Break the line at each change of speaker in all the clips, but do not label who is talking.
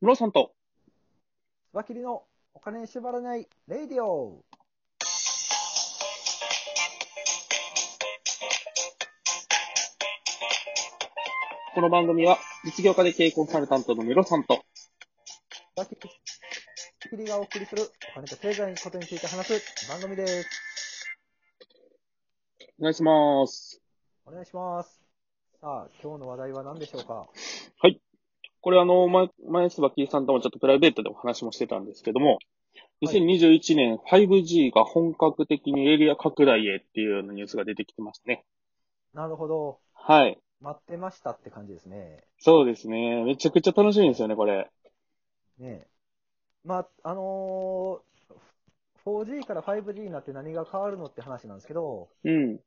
ムロさんと、
わきりのお金に縛らないレイディオ。
この番組は、実業家で経営コンサルタントのムロさんと、
わきりがお送りするお金と経済のことについて話す番組です。
お願いします。
お願いします。さあ、今日の話題は何でしょうか
これあの、前、前スバキさんともちょっとプライベートでお話もしてたんですけども、2021年 5G が本格的にエリア拡大へっていうようなニュースが出てきてますね。
なるほど。
はい。
待ってましたって感じですね。
そうですね。めちゃくちゃ楽しみですよね、これ。
ねえ。まあ、あのー 4G から 5G になって何が変わるのって話なんですけど、
うん。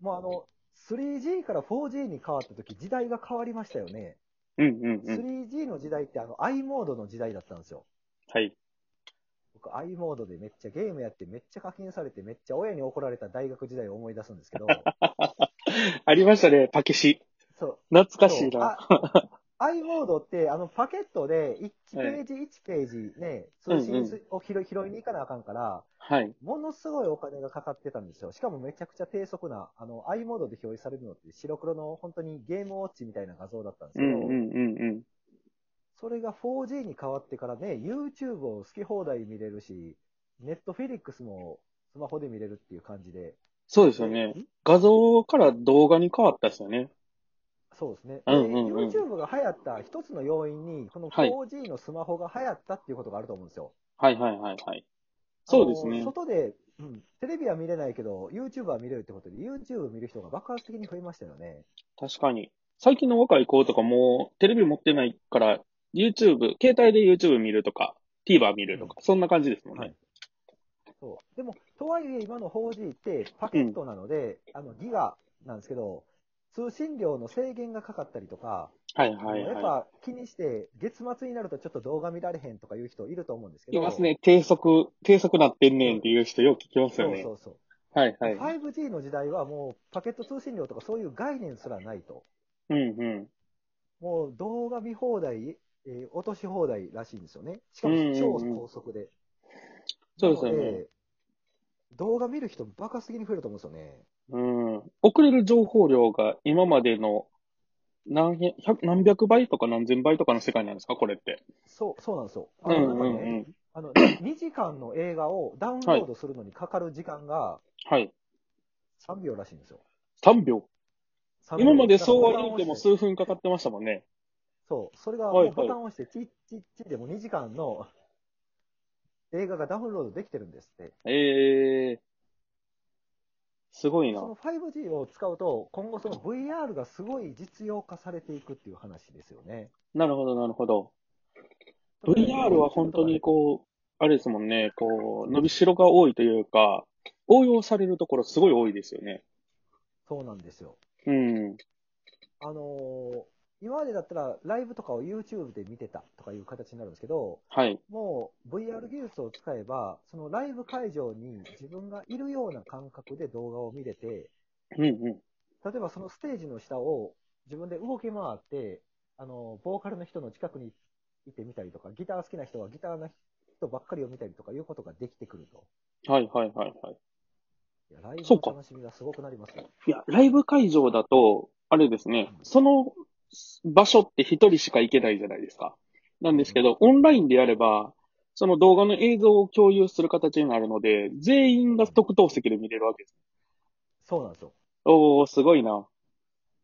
もうあの、3G から 4G に変わった時時代が変わりましたよね。
うんうんうん。
3G の時代ってあの i モードの時代だったんですよ。
はい。
僕、i モードでめっちゃゲームやって、めっちゃ課金されて、めっちゃ親に怒られた大学時代を思い出すんですけ ど、
ありましたね、パケシ。
そう。
懐かしい
そう
な。。
あ i モードって、あの、パケットで1ページ1ページね、
うんうん
通信すを拾い拾いに行かなあかんから、
はい。
ものすごいお金がかかってたんですよ。しかもめちゃくちゃ低速な、あの、i モードで表示されるのって白黒の本当にゲームウォッチみたいな画像だったん
う
ですけど、
んうんうんうん。
それが 4G に変わってからね、YouTube を好き放題見れるし、Netflix もスマホで見れるっていう感じで、
そうですよね。画像から動画に変わったですよね。
そうですね。で
うんうんうん
YouTube が流行った一つの要因に、この
はい
4G のスマホが流行ったっていうことがあると思うんですよ。
はいはいはいはい。そうです
あ
ね
の。外で、うん、テレビは見れないけど、YouTube は見れるってことで、YouTube 見る人が爆発的に増えましたよね。
確かに。最近の若い子とかも、テレビ持ってないから、YouTube、携帯で YouTube 見るとか、TVer 見るとか、そんな感じですもん
は
ね
い。そう。でも、とはいえ今の 4G ってパケットなので、あの、ギガなんですけど、通信量の制限がかかったりとか、
はいはい
やっ
は
ぱ気にして、月末になるとちょっと動画見られへんとかいう人いると思うんですけ
い。い
ど。
ますね。低速、低速なってんねんっていう人よく聞きます
そ
よ
う
ね
そ。うそう。
はいはい。
5G の時代はもうパケット通信量とかそういう概念すらないと。
うんうん。
もう動画見放題、えー落とし放題らしいんですよね。しか
うんうんう
も
ん
超高速で。
そうですよね
なので動画見る人バカすぎに増えると思うんですよね。
うん。遅れる情報量が今までの何百、百何百倍とか何千倍とかの世界なんですかこれって。
そう、そうなんですよ。あ
う
の、
ん
なん
う
か
ん
ね、
うん。
あの、2時間の映画をダウンロードするのにかかる時間が
はい。
3秒らしいんですよ。
3秒。
3秒
今までそうは言うても
だからボタンを押して
数分かかってましたもんね。
そう、それが
はい
も
は
う
い
ボタンを押して、チッチッチッでも2時間の映画がダウンロードできてるんですって。
ええー。すごいな
そ。の 5G を使うと、今後その VR がすごい実用化されていくっていう話ですよね。
なるほど、なるほど。VR は本当にこう、あれですもんね、こう、伸びしろが多いというか、応用されるところすごい多いですよね。
そうなんですよ。
うん。
あのー今までだったらライブとかを YouTube で見てたとかいう形になるんですけど、
はい。
もう VR 技術を使えば、そのライブ会場に自分がいるような感覚で動画を見れて、
うんう
例えばそのステージの下を自分で動き回って、あの、ボーカルの人の近くに行ってみたりとか、ギター好きな人はギターの人ばっかりを見たりとかいうことができてくると。
ん。はいはいはいはい。
いやライブ
そうか
の楽しみがすごくなりますよ。
いや、ライブ会場だと、あれですね、その場所って一人しか行けないじゃないですか。なんですけど、オンラインでやれば、その動画の映像を共有する形になるので、全員が特等席で見れるわけです。
そうなんですよ。
おー、すごいな。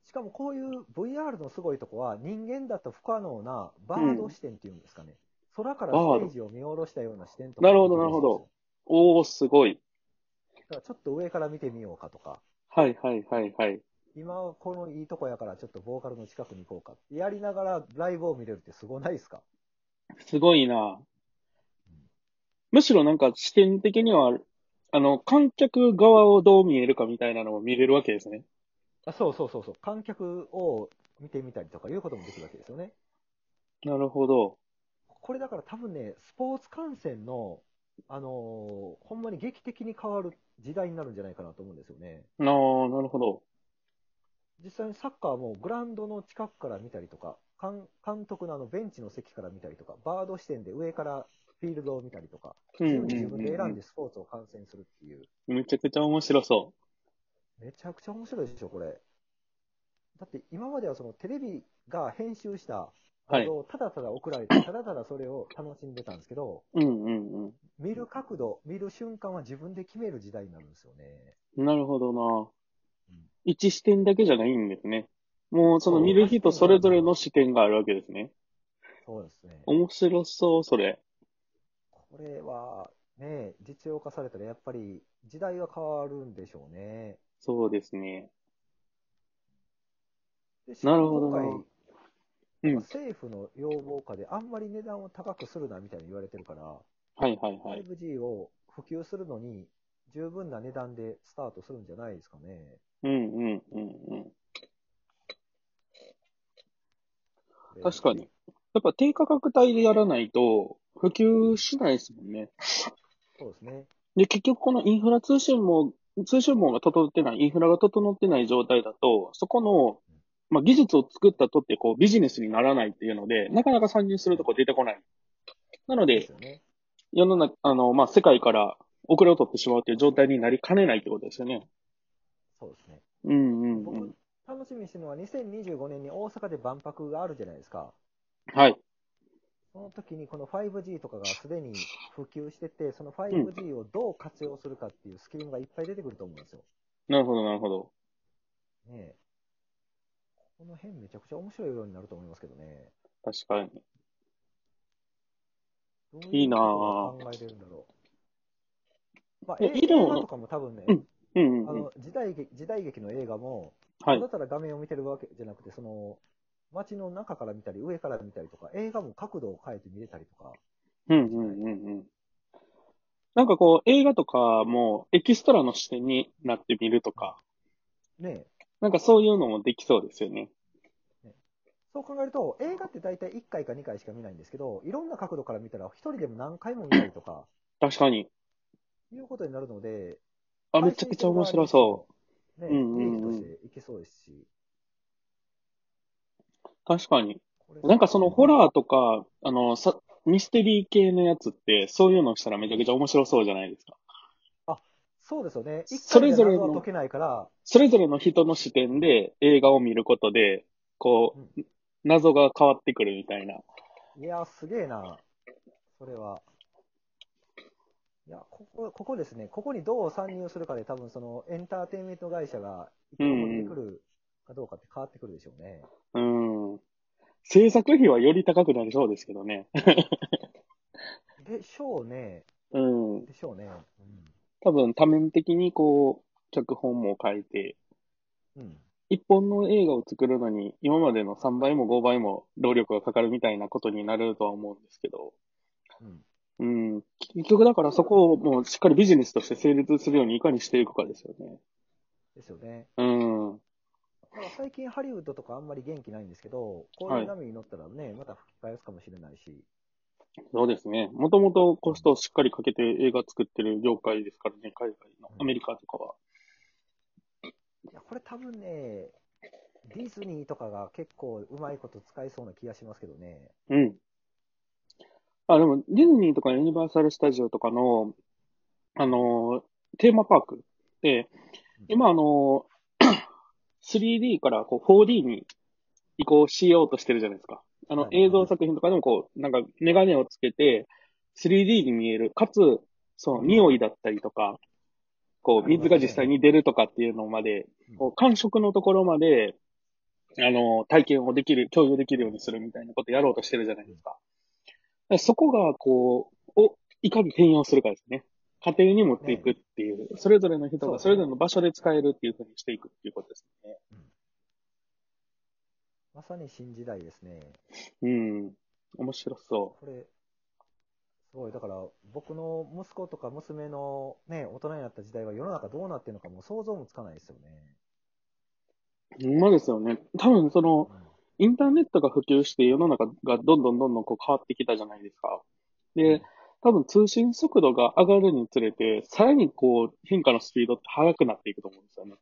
しかもこういう VR のすごいとこは、人間だと不可能なバード視点っていうんですかね。空から
バード
ステージを見下ろしたような視点とか。
なるほどなるほど。おー、すごい。
だからちょっと上から見てみようかとか。
はいはいはいはい。
今はこのいいとこやからちょっとボーカルの近くに行こうか。やりながらライブを見れるってすごないですか
すごいな。むしろなんか視点的には、あの、観客側をどう見えるかみたいなのも見れるわけですね。
あそうそうそうそう、観客を見てみたりとかいうこともできるわけですよね。
なるほど。
これだから多分ね、スポーツ観戦の、あのーほんまに劇的に変わる時代になるんじゃないかなと思うんですよね。
ああ、なるほど。
実際にサッカーもグラウンドの近くから見たりとか、監監督のあのベンチの席から見たりとか、バード視点で上からフィールドを見たりとか、
う
自
んうん
分
うん
で選ん
う
でスポーツを観戦するっていう、
ん。めちゃくちゃ面白そ
めちゃくちゃ面白いでしょ、これ。だって今まではそのテレビが編集した
はい
映像をただただ送ら れて、ただただそれを楽しんでたんですけど、
う。うんうんう
見る角度、見る瞬間は自分で決める時代になるんですよね。
ん。なるほどな
うん。
一視点だけじゃないんですね。もうその見る人それぞれの視点があるわけですね。
そうですね。
面白そう、それ。
これはね、実用化されたらやっぱり時代が変わるんでしょうね。
そうですね。
で
なるほどな
今
う
回、
ん。
政府の要望下であんまり値段を高くするなみたいに言われてるから、
はいはいはい。
5G を普及するのに十分な値段でスタートするんじゃないですかね。
うんうんうんうん。
これ
確かに。。やっぱ低価格帯でやらないと普及しないですもんね。
そうですね。
で、結局このインフラ通信も、通信網が整ってない、インフラが整ってない状態だと、そこの、まあ、技術を作ったとってこうビジネスにならないっていうので、なかなか参入するとこ出てこない。なの
です
で、
よね。
世の中、あの、まあ、世界から遅れを取ってしまうっていう状態になりかねないってことですよね。
そうですね。
うんうんうん
僕。、楽しみにしてるのは2025年に大阪で万博があるじゃないですか。
はい。
その時にこの 5G とかがすでに普及してて、その 5G をどう活用するかっていうスキームがいっぱい出てくると思うんですよ。
なるほどなるほど。
ねえこの辺めちゃくちゃ面白いようになると思いますけどね。
確かに。
どう
いいなぁ
ことが考えれるんだろう。まあ、
いやい
映
いの
画とかも多分ね、
うん
あ
うんうん。
の時代劇時代劇の映画も、
は
た
い。
だただ画面を見てるわけじゃなくて、その街の中から見たり、上から見たりとか、映画も角度を変えて見れたりとか、
うんうんうんうん。なんかこう、映画とかもエキストラの視点になってみるとか、
ねえ
なんかそういうのもできそうですよね。
そう考えると、映画って大体1回か2回しか見ないんですけど、いろんな角度から見たら、1人でも何回も見たりとか、
確かに。
いうことになるので、。
あ、めちゃくちゃ面白そう
ね、
う
利
んうんうん
益としていけそうですし、
う。確かに。
これ
なんかそのホラーとか、あの、さミステリー系のやつって、そういうのしたらめちゃくちゃ面白そうじゃないですか。
そうですよね。
それぞれの
一回で謎は解けないから、
それぞれの人の視点で映画を見ることで、こう、謎が変わってくるみたいな。
いやー、すげえな。それは。いや、ここ、ここですね。ここにどう参入するかで、多分そのエンターテインメント会社が生き残ってくるかどうかって変わってくるでしょうね。
うん。制作費はより高くなりそうですけどね。
でしょうね。
うん。
でしょうね。う
多分多面的にこう、脚本も書いて、
ん。うん。
一本の映画を作るのに、今までの3倍も5倍も労力がかかるみたいなことになるとは思うんですけど、
うん。
うん。結局だからそこをもうしっかりビジネスとして成立するようにいかにしていくかですよね。
ですよね。
うん。
だから最近ハリウッドとかあんまり元気ないんですけど、こういう波に乗ったらね、また吹き返すかもしれないし。
そうですね。もともとコストをしっかりかけて映画作ってる業界ですからね、海外の。アメリカとかは。
いや、これ多分ね、ディズニーとかが結構うまいこと使いそうな気がしますけどね。
うん。あ、でも、ディズニーとかユニバーサル・スタジオとかの、あのー、テーマパークで、今、あのー、3D からこう 4D に移行しようとしてるじゃないですか。あの
は、い
映像作品とかでもこう、なんか、メガネをつけて、3D に見える、かつ、その、匂いだったりとか、こう、水が実際に出るとかっていうのまで、こう感触のところまで、あの、体験をできる、共有できるようにするみたいなことをやろうとしてるじゃないですか。だからそこが、こう、を、いかに転用するかですね。家庭に持っていくっていう、それぞれの人
そう
が
ですね
それぞれの場所で使えるっていうふうにしていくっていうことですね。
まさに新時代ですね。
うん。面白そ
これ、すごい。だから、僕の息子とか娘のね、大人になった時代は世の中どうなってるのかもう想像もつかないですよね。
う。ほんまですよね。多分、その、インターネットが普及して世の中がどんどんどんどんこう変わってきたじゃないですか。で、多分通信速度が上がるにつれて、さらにこう変化のスピードって速くなっていくと思うんですよね。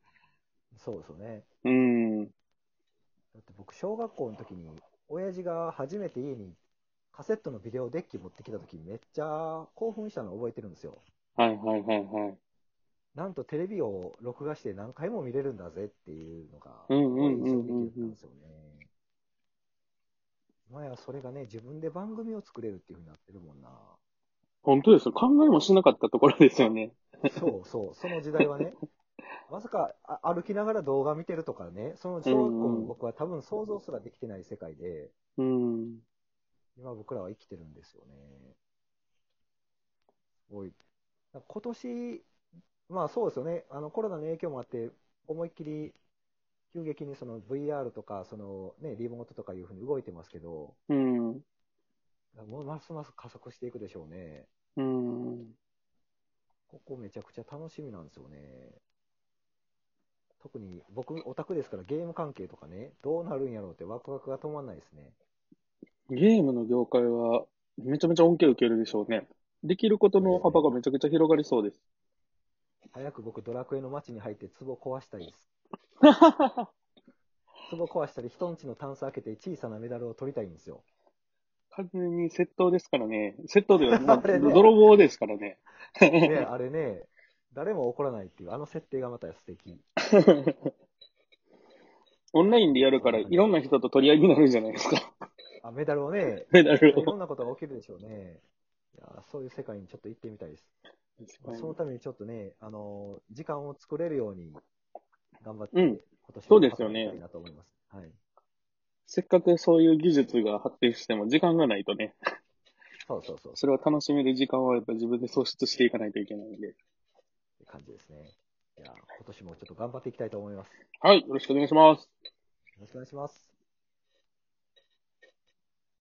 そうですよね。
うん。
だって僕、小学校の時に親父が初めて家にカセットのビデオデッキ持ってきた時めっちゃ興奮したの覚えてるんですよ。
はいはいはいはい。
なんとテレビを録画して何回も見れるんだぜっていうのが、
うんうんうんうんうん
すごい印象的だったんですよね。今やそれがね、自分で番組を作れるっていうふうになってるもんな。
本当ですよ。考えもしなかったところですよね。
そうそう、その時 代はね、まさかあ歩きながら動画見てるとかね、その小学校の僕は多分想像すらできてない世界で、
うん。
今僕らは生きてるんですよね。すごい。なんか今年、まあそうですよね、あのコロナの影響もあって、思いっきり急激にその VR とか、そのね、リモートとかいうふうに動いてますけど、
うん。
もうますます加速していくでしょうね。
うん。
ここめちゃくちゃ楽しみなんですよね。特に僕、オタクですからゲーム関係とかね、どうなるんやろうってワクワクが止まんないですね。
ゲームの業界はめちゃめちゃ恩恵を受けるでしょうね。できることの幅がめちゃくちゃ広がりそうです。
早く僕、ドラクエの街に入って壺壊し たいです。壺壊したり、人んちのタンス開けて小さなメダルを取りたいんで すよ。
完全に窃盗ですからね。窃盗では、まあ、
あれね
泥棒ですからね。
ね、あれね、誰も怒らないっていう、あの設定がまた素敵。
オンラインでやるから、いろんな人と取り合いになるじゃないですか。
あ、メダルをね、
メダ
い
ル
ろ
を。
んなことが起きるでしょうね。いやそういう世界にちょっと行ってみたいです。そのためにちょっとね、あの時間を作れるように頑張って、
うん
今年
そうですよね
頑張りたいなと思います。はい。
せっかくそういう技術が発展しても時間がないとね、
そうそうそう。そ
それを楽しめる時間はやっぱ自分で創出していかないといけないので。
ういう感じですね。いや、今年もちょっと頑張っていきたいと思います。よ
はい、よろしくお願いします。
ろしくお願いします。